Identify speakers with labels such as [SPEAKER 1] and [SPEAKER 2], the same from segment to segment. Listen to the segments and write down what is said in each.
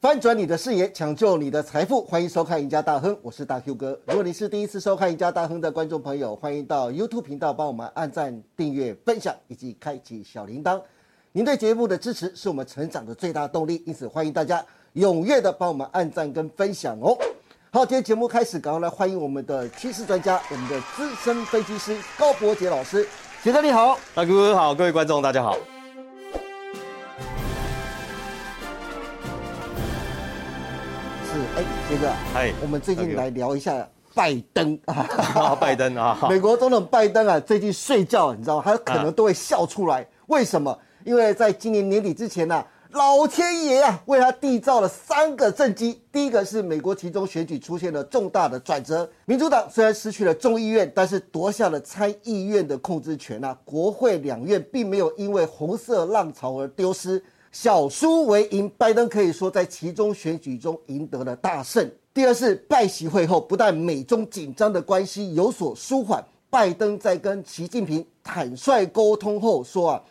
[SPEAKER 1] 翻转你的视野，抢救你的财富，欢迎收看《赢家大亨》，我是大 Q 哥。如果你是第一次收看《赢家大亨》的观众朋友，欢迎到 YouTube 频道帮我们按赞、订阅、分享以及开启小铃铛。您对节目的支持是我们成长的最大动力，因此欢迎大家踊跃的帮我们按赞跟分享哦。好，今天节目开始，赶快来欢迎我们的趋势专家，我们的资深分析师高博杰老师。杰哥你好，
[SPEAKER 2] 大哥好，各位观众大家好。
[SPEAKER 1] 是哎，杰哥啊，
[SPEAKER 2] 嗨
[SPEAKER 1] 我们最近
[SPEAKER 2] 大
[SPEAKER 1] 来聊一下拜登 啊。
[SPEAKER 2] 啊，拜登啊，
[SPEAKER 1] 美国总统拜登啊，最近睡觉，你知道吗？他可能都会笑出来。为什么？因为在今年年底之前呢、啊老天爷啊，为他缔造了三个政绩。第一个是美国其中选举出现了重大的转折，民主党虽然失去了众议院，但是夺下了参议院的控制权啊。国会两院并没有因为红色浪潮而丢失，小输为赢，拜登可以说在其中选举中赢得了大胜。第二是拜习会后，不但美中紧张的关系有所舒缓，拜登在跟习近平坦率沟通后说啊，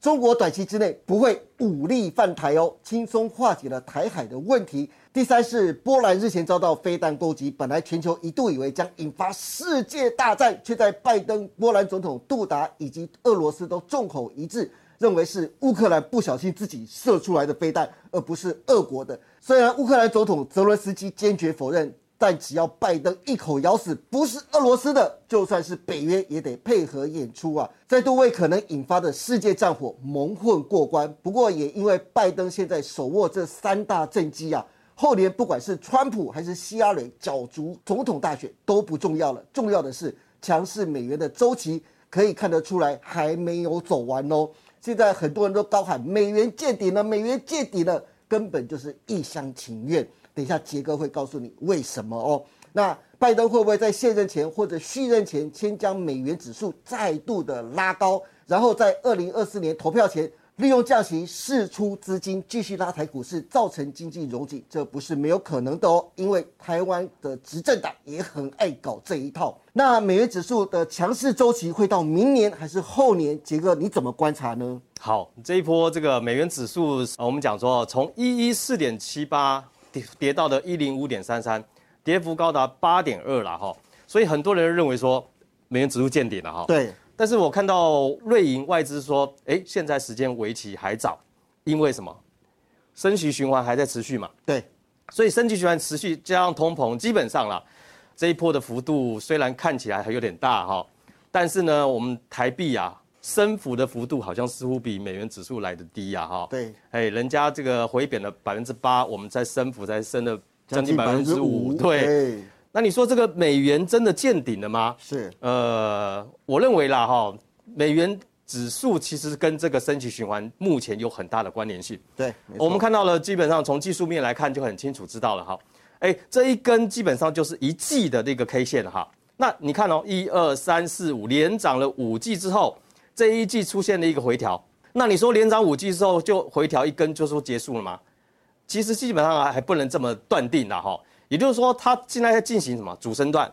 [SPEAKER 1] 中国短期之内不会武力犯台哦，轻松化解了台海的问题。第三是波兰日前遭到飞弹攻击，本来全球一度以为将引发世界大战，却在拜登、波兰总统杜达以及俄罗斯都众口一致，认为是乌克兰不小心自己射出来的飞弹，而不是俄国的。虽然乌克兰总统泽伦斯基坚决否认，但只要拜登一口咬死不是俄罗斯的，就算是北约也得配合演出啊！再度为可能引发的世界战火蒙混过关。不过也因为拜登现在手握这三大政绩啊，后年不管是川普还是希拉蕊角逐总统大选都不重要了，重要的是强势美元的周期可以看得出来还没有走完哦。现在很多人都高喊美元见底了，美元见底了，根本就是一厢情愿。等一下杰哥会告诉你为什么哦。那拜登会不会在卸任前或者续任前先将美元指数再度的拉高，然后在二零二四年投票前利用降息释出资金，继续拉抬股市，造成经济融景，这不是没有可能的哦。因为台湾的执政党也很爱搞这一套。那美元指数的强势周期会到明年还是后年？杰哥你怎么观察呢？
[SPEAKER 2] 好，这一波这个美元指数，呃我们讲说从一一四点七八跌跌到了一零五点三三，跌幅高达八点二了哈。所以很多人认为说美元指数见顶了哈。。
[SPEAKER 1] 对，
[SPEAKER 2] 但是我看到瑞银外资说，哎，现在时间为期还早，因为什么？升息循环还在持续嘛。
[SPEAKER 1] 对，
[SPEAKER 2] 所以升级循环持续加上通膨，基本上啦，这一波的幅度虽然看起来还有点大哈、但是呢，我们台币啊升幅的幅度好像似乎比美元指数来的低呀、哈。
[SPEAKER 1] 对，
[SPEAKER 2] 哎，人家这个回贬了百分之八，我们在升幅才升了将近百分之五，
[SPEAKER 1] 5%
[SPEAKER 2] 对。
[SPEAKER 1] 对，
[SPEAKER 2] 那你说这个美元真的见顶了吗？
[SPEAKER 1] 是
[SPEAKER 2] 呃，我认为啦哈、美元指数其实跟这个升级循环目前有很大的关联性。
[SPEAKER 1] 对，
[SPEAKER 2] 我们看到了，基本上从技术面来看就很清楚知道了哈。哎，这一根基本上就是一季的那个 K 线哈。那你看哦，一二三四五连涨了五季之后，这一季出现了一个回调。那你说连涨五季之后就回调一根就说结束了吗？其实基本上还不能这么断定啦哈。也就是说，它现在在进行什么主升段？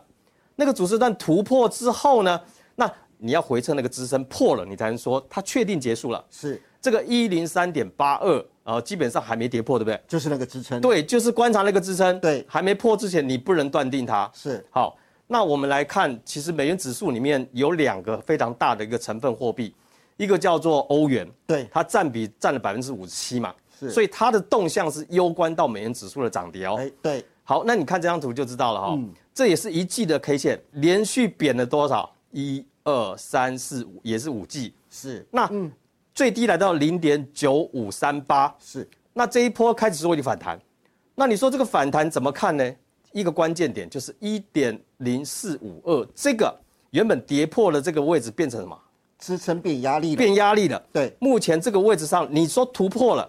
[SPEAKER 2] 那个主升段突破之后呢，那你要回撤那个支撑破了，你才能说它确定结束了。
[SPEAKER 1] 是
[SPEAKER 2] 这个一零三点八二，呃，基本上还没跌破，对不对？
[SPEAKER 1] 就是那个支撑，，
[SPEAKER 2] 对，就是观察那个支撑，
[SPEAKER 1] 对
[SPEAKER 2] 还没破之前你不能断定它。
[SPEAKER 1] 是
[SPEAKER 2] 好，那我们来看，其实美元指数里面有两个非常大的一个成分货币，一个叫做欧元，
[SPEAKER 1] 对
[SPEAKER 2] 它占比占了百分之五十七嘛，
[SPEAKER 1] 是
[SPEAKER 2] 所以它的动向是攸关到美元指数的涨跌哦。
[SPEAKER 1] 哎，嗯对，
[SPEAKER 2] 好，那你看这张图就知道了哈、这也是一季的 K 线，连续贬了多少？一二三四五，也是五季。
[SPEAKER 1] 是
[SPEAKER 2] 那、最低来到零点九五三八，
[SPEAKER 1] 是
[SPEAKER 2] 那这一波开始做一个反弹，那你说这个反弹怎么看呢？一个关键点就是一点零四五二，这个原本跌破了这个位置变成什么？
[SPEAKER 1] 支撑变压力了，
[SPEAKER 2] 变压力了。
[SPEAKER 1] 对，
[SPEAKER 2] 目前这个位置上，你说突破了，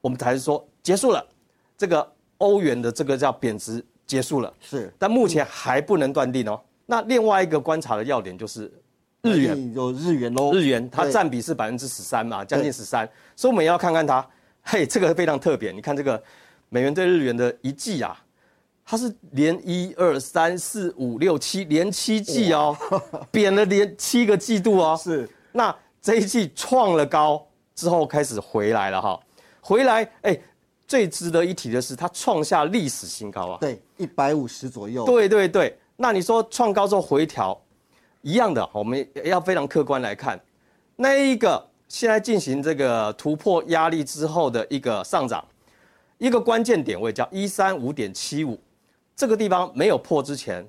[SPEAKER 2] 我们才是说结束了，这个欧元的这个叫贬值结束了，
[SPEAKER 1] 是
[SPEAKER 2] 但目前还不能断定哦。那另外一个观察的要点就是日元，
[SPEAKER 1] 哎有日元喽，
[SPEAKER 2] 日元它
[SPEAKER 1] 对
[SPEAKER 2] 占比是百分之十三嘛，将
[SPEAKER 1] 对
[SPEAKER 2] 近十三，所以我们也要看看它。嘿，这个非常特别，你看这个美元对日元的一季啊，它是连一二三四五六七连七季哦， 贬了连七个季度哦。
[SPEAKER 1] 是
[SPEAKER 2] 那这一季创了高之后开始回来了哈，回来哎，最值得一提的是，它创下历史新高啊！
[SPEAKER 1] 对，一百五十左右。
[SPEAKER 2] 对对对，那你说创高之后回调，一样的，我们也要非常客观来看，那一个现在进行这个突破压力之后的一个上涨，一个关键点位叫一三五点七五，这个地方没有破之前，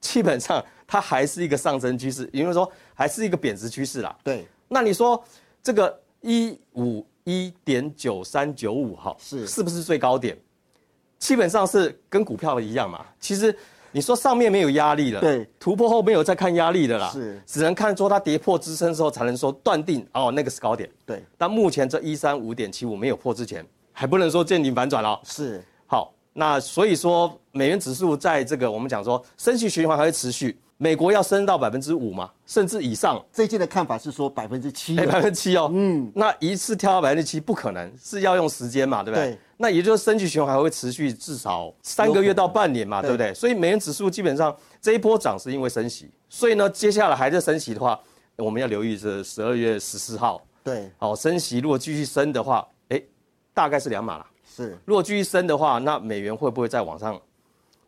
[SPEAKER 2] 基本上它还是一个上升趋势，也就是说还是一个贬值趋势啦。
[SPEAKER 1] 对，
[SPEAKER 2] 那你说这个一五一点九三九五哈，
[SPEAKER 1] 是
[SPEAKER 2] 是不是最高点？基本上是跟股票一样嘛。其实你说上面没有压力了，
[SPEAKER 1] 对，
[SPEAKER 2] 突破后没有再看压力的啦，
[SPEAKER 1] 是
[SPEAKER 2] 只能看说它跌破支撑之后才能说断定哦那个是高点。
[SPEAKER 1] 对，
[SPEAKER 2] 但目前这一三五点七五没有破之前，还不能说见顶反转了。
[SPEAKER 1] 是，
[SPEAKER 2] 好，那所以说美元指数在这个我们讲说升息循环还会持续，美国要升到百分之五嘛，甚至以上。
[SPEAKER 1] 最近的看法是说百分之七
[SPEAKER 2] 哎，，百分之七哦，嗯，那一次跳到百分之七不可能，是要用时间嘛，对不对？
[SPEAKER 1] 对
[SPEAKER 2] 那也就是升息循环还会持续至少三个月到半年嘛，
[SPEAKER 1] 有
[SPEAKER 2] 对
[SPEAKER 1] 可能
[SPEAKER 2] 不对？所以美元指数基本上这一波涨是因为升息，所以呢，接下来还在升息的话，我们要留意这十二月十四号，
[SPEAKER 1] 对，
[SPEAKER 2] 好、升息如果继续升的话，哎，大概是两码啦。
[SPEAKER 1] 是，
[SPEAKER 2] 如果继续升的话，那美元会不会再往上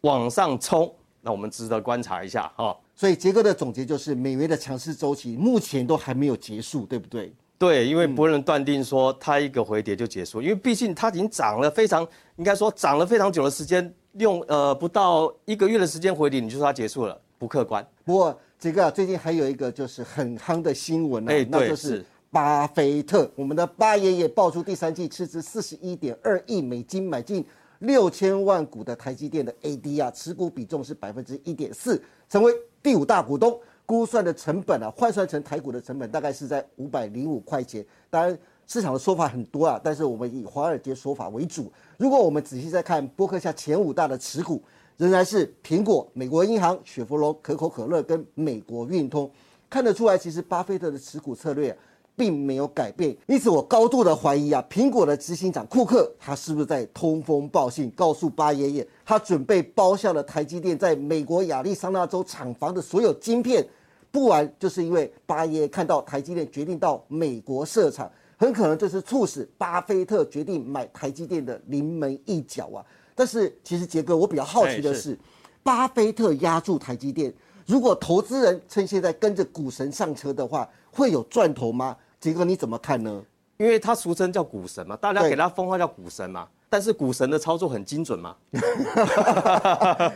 [SPEAKER 2] 往上冲？那我们值得观察一下哈、哦。
[SPEAKER 1] 所以杰哥的总结就是，美元的强势周期目前都还没有结束，对不对？
[SPEAKER 2] 对，因为不能断定说它一个回跌就结束，因为毕竟它已经涨了非常，应该说涨了非常久的时间，用呃不到一个月的时间回跌，你就说它结束了，不客观。
[SPEAKER 1] 不过杰哥啊，最近还有一个就是很夯的新闻啊，
[SPEAKER 2] 哎
[SPEAKER 1] 那
[SPEAKER 2] 对
[SPEAKER 1] 就是
[SPEAKER 2] 是
[SPEAKER 1] 巴菲特，我们的巴爷爷爆出第三季斥资四十一点二亿美金买进六千万股的台积电的 ADR，持股比重是百分之一点四，成为第五大股东。估算的成本啊，换算成台股的成本大概是在五百零五块钱。当然，市场的说法很多啊，但是我们以华尔街说法为主。如果我们仔细再看波克夏前五大的持股，仍然是苹果、美国银行、雪佛龙、可口可乐跟美国运通。看得出来，其实巴菲特的持股策略、啊、并没有改变。因此，我高度的怀疑啊，苹果的执行长库克他是不是在通风报信，告诉巴爷爷，他准备包下了台积电在美国亚利桑那州厂房的所有晶片，不然就是因为巴爷爷看到台积电决定到美国设厂，很可能这是促使巴菲特决定买台积电的临门一脚啊。但是，其实杰哥，我比较好奇的
[SPEAKER 2] 哎
[SPEAKER 1] 是
[SPEAKER 2] 是。
[SPEAKER 1] 巴菲特压住台积电，如果投资人趁现在跟着股神上车的话，会有赚头吗？杰哥你怎么看呢？
[SPEAKER 2] 因为他俗称叫股神嘛，大家
[SPEAKER 1] 对
[SPEAKER 2] 给他封号叫股神嘛。但是股神的操作很精准嘛，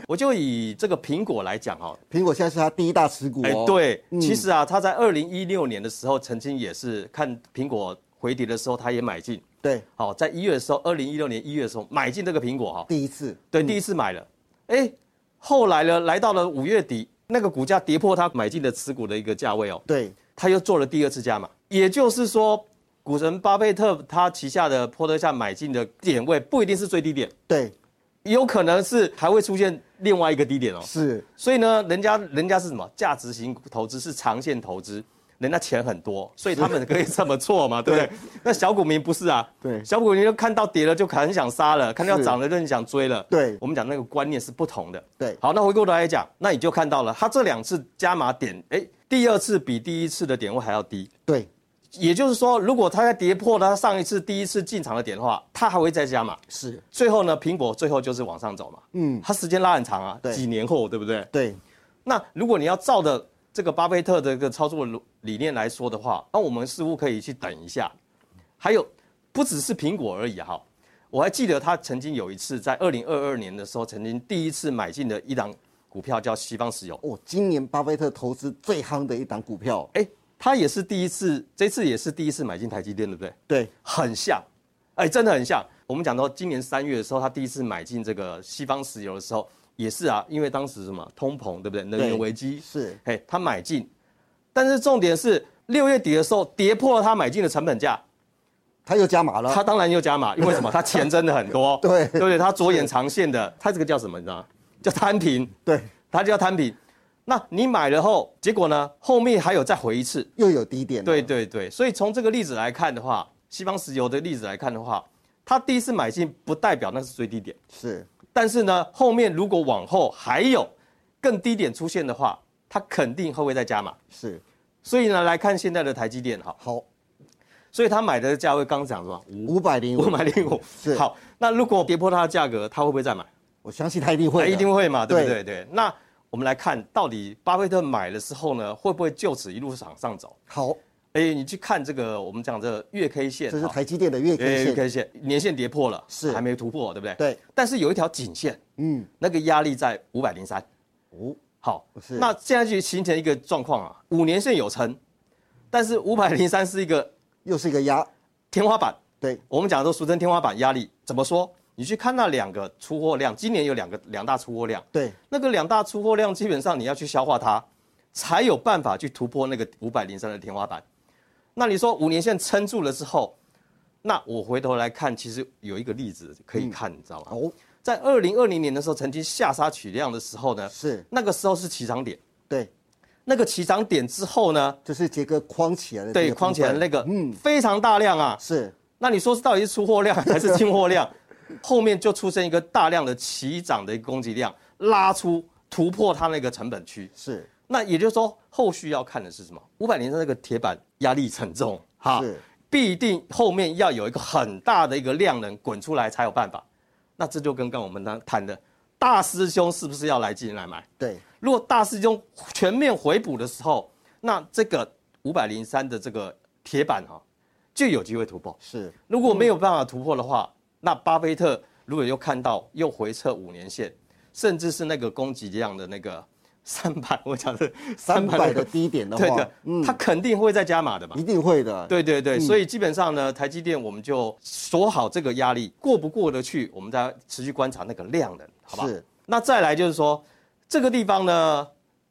[SPEAKER 2] 我就以这个苹果来讲哈，
[SPEAKER 1] 苹果现在是他第一大持股哦，
[SPEAKER 2] 哎，对，其实啊，他在二零一六年的时候，曾经也是看苹果回跌的时候，他也买进。
[SPEAKER 1] 对，
[SPEAKER 2] 好，在一月的时候，二零一六年一月的时候买进这个苹果哈，
[SPEAKER 1] 第一次
[SPEAKER 2] 对，第一次买了，哎，后来呢，来到了五月底，那个股价跌破他买进的持股的一个价位哦，
[SPEAKER 1] 对
[SPEAKER 2] 他又做了第二次加码，也就是说，股神巴菲特他旗下的波特夏买进的点位不一定是最低点，
[SPEAKER 1] 对
[SPEAKER 2] 有可能是还会出现另外一个低点哦，
[SPEAKER 1] 是，
[SPEAKER 2] 所以呢，人家人家是什么价值型投资，是长线投资，人家钱很多，所以他们可以这么做嘛，对不对？那小股民不是啊，
[SPEAKER 1] 对
[SPEAKER 2] 小股民就看到跌了就很想杀了，看到涨了就很想追了。
[SPEAKER 1] 对
[SPEAKER 2] 我们讲那个观念是不同的。
[SPEAKER 1] 对
[SPEAKER 2] 好，那回过头来讲，那你就看到了，他这两次加码点，哎，第二次比第一次的点位还要低。
[SPEAKER 1] 对
[SPEAKER 2] 也就是说，如果他在跌破他上一次第一次进场的点的话，他还会再加码。
[SPEAKER 1] 是，
[SPEAKER 2] 最后呢，苹果最后就是往上走嘛，嗯，它时间拉很长啊
[SPEAKER 1] 对，
[SPEAKER 2] 几年后，对不对？
[SPEAKER 1] 对
[SPEAKER 2] 那如果你要照着这个巴菲特的一个操作理念来说的话，那我们似乎可以去等一下。还有，不只是苹果而已哈，我还记得他曾经有一次在二零二二年的时候，曾经第一次买进的一档股票叫西方石油，
[SPEAKER 1] 哦，今年巴菲特投资最夯的一档股票，
[SPEAKER 2] 哎，他也是第一次，这次也是第一次买进台积电，对不对？
[SPEAKER 1] 对
[SPEAKER 2] 很像，哎，真的很像。我们讲到今年三月的时候，他第一次买进这个西方石油的时候，也是啊，因为当时什么通膨，对不对？能源危机
[SPEAKER 1] 是，
[SPEAKER 2] 嘿，他买进，但是重点是六月底的时候跌破了他买进的成本价，
[SPEAKER 1] 他又加码了，
[SPEAKER 2] 他当然又加码，因为什么？他钱真的很多，
[SPEAKER 1] 对
[SPEAKER 2] 对不对？他着眼长线的，他这个叫什么？你知道吗？叫摊平，
[SPEAKER 1] 对
[SPEAKER 2] 他叫摊平。那你买了后，结果呢？后面还有再回一次，
[SPEAKER 1] 又有低点，
[SPEAKER 2] 对，对对，所以从这个例子来看的话，西方石油的例子来看的话，它第一次买进不代表那是最低点，
[SPEAKER 1] 是
[SPEAKER 2] 但是呢，后面如果往后还有更低点出现的话，它肯定会会再加码。
[SPEAKER 1] 是
[SPEAKER 2] 所以呢，来看现在的台积电哈，
[SPEAKER 1] 好，
[SPEAKER 2] 所以他买的价位刚讲什么？
[SPEAKER 1] 五百零
[SPEAKER 2] 五
[SPEAKER 1] 五，
[SPEAKER 2] 买零五
[SPEAKER 1] 是。
[SPEAKER 2] 好，那如果跌破它的价格，他会不会再买？
[SPEAKER 1] 我相信他一定会
[SPEAKER 2] 哎
[SPEAKER 1] 的，
[SPEAKER 2] 一定会嘛，对不
[SPEAKER 1] 对
[SPEAKER 2] 对？对。那我们来看到底巴菲特买了之后呢，会不会就此一路往上走？
[SPEAKER 1] 好，
[SPEAKER 2] 哎，你去看这个我们讲这月 K 线，
[SPEAKER 1] 这是
[SPEAKER 2] 哈
[SPEAKER 1] 台积电的月
[SPEAKER 2] 哎
[SPEAKER 1] K 线，
[SPEAKER 2] K 线年线跌破了，
[SPEAKER 1] 是
[SPEAKER 2] 还没突破，对不对？
[SPEAKER 1] 对。
[SPEAKER 2] 但是有一条颈线，
[SPEAKER 1] 嗯，
[SPEAKER 2] 那个压力在五百零三。
[SPEAKER 1] 五
[SPEAKER 2] 好，
[SPEAKER 1] 是
[SPEAKER 2] 那现在就形成一个状况啊，五年线有撑，但是五百零三是一个
[SPEAKER 1] 又是一个压，
[SPEAKER 2] 天花板。
[SPEAKER 1] 对，
[SPEAKER 2] 我们讲说俗称天花板压力，怎么说？你去看那两个出货量，今年有两个两大出货量，
[SPEAKER 1] 对，
[SPEAKER 2] 那个两大出货量基本上你要去消化它，才有办法去突破那个五百零三的天花板。那你说五年线撑住了之后，那我回头来看，其实有一个例子可以看，你知道吗？
[SPEAKER 1] 哦，
[SPEAKER 2] 在二零二零年的时候，曾经下杀取量的时候呢，
[SPEAKER 1] 是
[SPEAKER 2] 那个时候是起涨点，
[SPEAKER 1] 对，
[SPEAKER 2] 那个起涨点之后呢，
[SPEAKER 1] 就是杰哥框起来的，
[SPEAKER 2] 对，框起来那个，嗯，非常大量啊，
[SPEAKER 1] 是
[SPEAKER 2] 那你说是到底是出货量 还是进货量？后面就出现一个大量的起涨的一个供给量，拉出突破它那个成本区。
[SPEAKER 1] 是
[SPEAKER 2] 那也就是说，后续要看的是什么？五百零三那个铁板压力沉重，哈
[SPEAKER 1] 是，
[SPEAKER 2] 必定后面要有一个很大的一个量能滚出来才有办法。那这就跟刚我们刚谈的大师兄是不是要来进来买？
[SPEAKER 1] 对，
[SPEAKER 2] 如果大师兄全面回补的时候，那这个五百零三的这个铁板哈、就有机会突破。
[SPEAKER 1] 是
[SPEAKER 2] 如果没有办法突破的话，那巴菲特如果又看到又回撤五年线，甚至是那个供给量的那个三百，我讲的
[SPEAKER 1] 三百
[SPEAKER 2] 300
[SPEAKER 1] 的低点的
[SPEAKER 2] 对
[SPEAKER 1] 话嗯
[SPEAKER 2] 的，，他肯定会再加码的嘛。
[SPEAKER 1] 一定会的，
[SPEAKER 2] 对对对，所以基本上呢，台积电我们就锁好这个压力，过不过得去，我们再持续观察那个量能，好吧？
[SPEAKER 1] 是。
[SPEAKER 2] 那再来就是说，这个地方呢，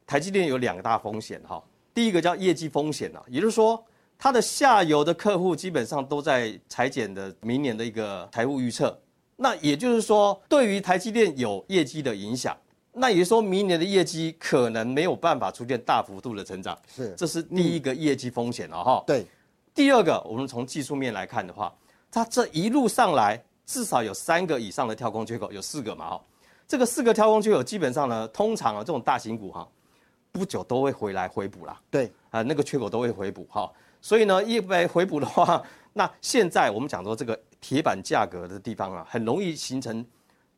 [SPEAKER 2] 台积电有两个大风险哈。第一个叫业绩风险啊，也就是说，它的下游的客户基本上都在裁减的明年的一个财务预测。那也就是说，对于台积电有业绩的影响，那也就是说，明年的业绩可能没有办法出现大幅度的成长，
[SPEAKER 1] 是
[SPEAKER 2] 这是第一个业绩风险了哈。
[SPEAKER 1] 对，
[SPEAKER 2] 第二个，我们从技术面来看的话，它这一路上来至少有三个以上的跳空缺口，有四个嘛哈、这个四个跳空缺口基本上呢，通常啊这种大型股哈、不久都会回来回补啦，
[SPEAKER 1] 对，
[SPEAKER 2] 啊、那个缺口都会回补哈、所以呢，一被回补的话， 那现在我们讲说这个铁板价格的地方啊，很容易形成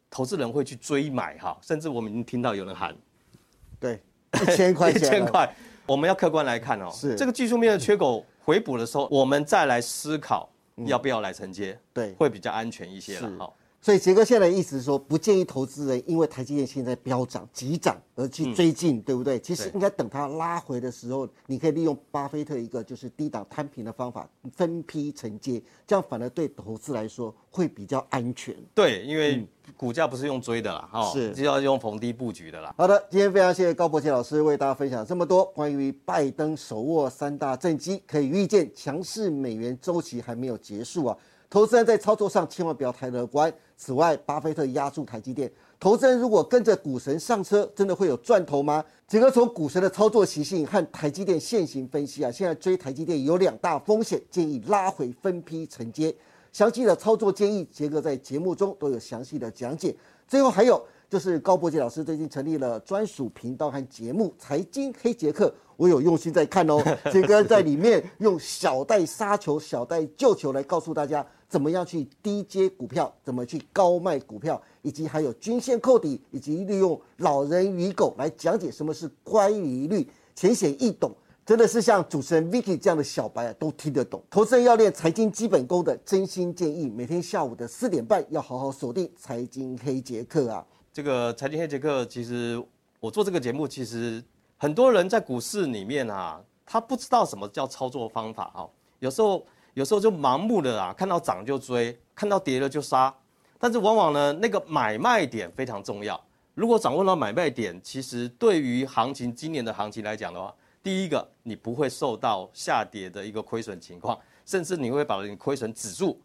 [SPEAKER 2] 投资人会去追买哈、甚至我们已经听到有人喊
[SPEAKER 1] 对，一千块
[SPEAKER 2] 一
[SPEAKER 1] 钱，哦
[SPEAKER 2] 千，块。我们要客观来看哦，
[SPEAKER 1] 是
[SPEAKER 2] 这个技术面的缺口回补的时候，我们再来思考要不要来承接，
[SPEAKER 1] 对。
[SPEAKER 2] 会比较安全一些了
[SPEAKER 1] 嗯是
[SPEAKER 2] 哈。
[SPEAKER 1] 所以杰哥现在的意思是说，不建议投资人因为台积电现在飙涨、急涨而去追进，对不对？其实
[SPEAKER 2] 嗯对
[SPEAKER 1] 应该等它拉回的时候，你可以利用巴菲特一个就是低档摊平的方法，分批承接，这样反而对投资来说会比较安全。
[SPEAKER 2] 对，因为股价不是用追的啦，
[SPEAKER 1] 嗯
[SPEAKER 2] 哈，
[SPEAKER 1] 是
[SPEAKER 2] 就要用逢低布局的啦。
[SPEAKER 1] 好的，今天非常谢谢高博杰老师为大家分享这么多关于拜登手握三大政绩，可以预见强势美元周期还没有结束啊。投资人在操作上千万不要太乐观。此外，巴菲特压住台积电，投资人如果跟着股神上车，真的会有赚头吗？杰哥从股神的操作习性和台积电现行分析啊，现在追台积电有两大风险，建议拉回分批承接。详细的操作建议，杰哥在节目中都有详细的讲解。最后还有就是高博杰老师最近成立了专属频道和节目《财经黑杰克》，我有用心在看 哦。杰哥在里面用小袋杀球、小袋救球来告诉大家怎么样去低接股票，怎么去高卖股票，以及还有均线扣底，以及利用老人与狗来讲解什么是乖离率，浅显易懂。真的是像主持人 Vicky 这样的小白啊，都听得懂。投资人要练财经基本功的，真心建议每天下午的四点半要好好锁定财经黑杰克啊。
[SPEAKER 2] 这个财经黑杰克，其实我做这个节目，其实很多人在股市里面啊，他不知道什么叫操作方法哦，有时候有时候就盲目的啊，看到涨就追，看到跌了就杀，但是往往呢，那个买卖点非常重要。如果掌握到买卖点，其实对于行情今年的行情来讲的话，第一个你不会受到下跌的一个亏损情况，甚至你会把你亏损止住。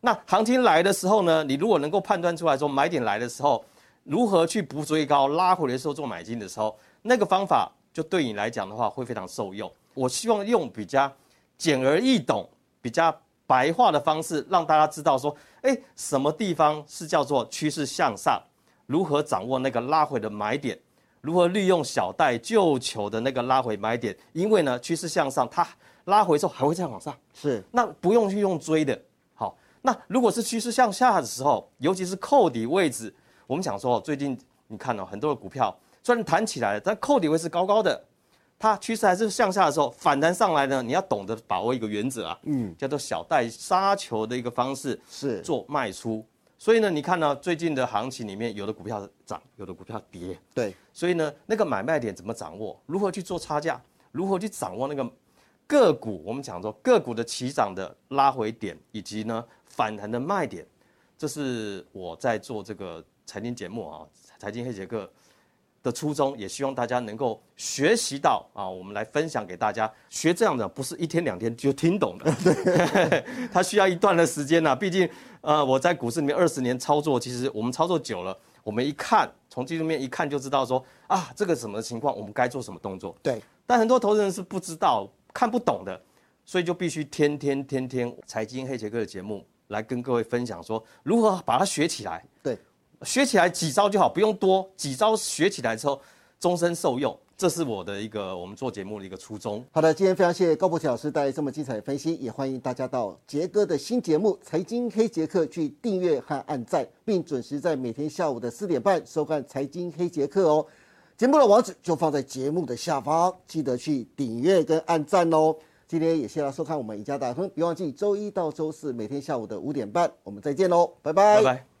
[SPEAKER 2] 那行情来的时候呢，你如果能够判断出来说买点来的时候，如何去不追高拉回的时候做买进的时候，那个方法就对你来讲的话会非常受用。我希望用比较简而易懂、比较白话的方式，让大家知道说，哎，什么地方是叫做趋势向上，如何掌握那个拉回的买点。如何利用小贷救球的那个拉回买点？因为呢，趋势向上，它拉回之后还会再往上，
[SPEAKER 1] 是
[SPEAKER 2] 那不用去用追的。好，那如果是趋势向下的时候，尤其是扣底位置，我们讲说最近你看哦，很多的股票虽然弹起来了，但扣底位是高高的，它趋势还是向下的时候，反弹上来呢，你要懂得把握一个原则啊，嗯，叫做小带杀球的一个方式
[SPEAKER 1] 是
[SPEAKER 2] 做卖出。所以呢，你看呢，最近的行情里面，有的股票涨，有的股票跌，
[SPEAKER 1] 对，
[SPEAKER 2] 所以呢，那个买卖点怎么掌握？如何去做差价？如何去掌握那个个股？我们讲说个股的起涨的拉回点，以及呢反弹的卖点，这是我在做这个财经节目啊，财经黑杰克的初衷，也希望大家能够学习到啊，我们来分享给大家。学这样的不是一天两天就听懂的， 它需要一段的时间呐、毕竟，呃，我在股市里面二十年操作，其实我们操作久了，我们一看从技术面一看就知道说啊，这个什么情况，我们该做什么动作。
[SPEAKER 1] 对，
[SPEAKER 2] 但很多投资人是不知道、看不懂的，所以就必须天天天天财经黑杰克的节目来跟各位分享说如何把它学起来。
[SPEAKER 1] 对，
[SPEAKER 2] 学起来几招就好，不用多，几招学起来之后终身受用，这是我的一个我们做节目的一个初衷。
[SPEAKER 1] 好的，今天非常谢谢高博奇老师带来这么精彩的分析，也欢迎大家到杰哥的新节目《财经黑杰克》去订阅和按赞，并准时在每天下午的四点半收看《财经黑杰克》哦。节目的网址就放在节目的下方，记得去订阅跟按赞哦。今天也谢谢大家收看我们赢家大亨，别忘记周一到周四每天下午的五点半，我们再见喽，拜拜
[SPEAKER 2] 拜拜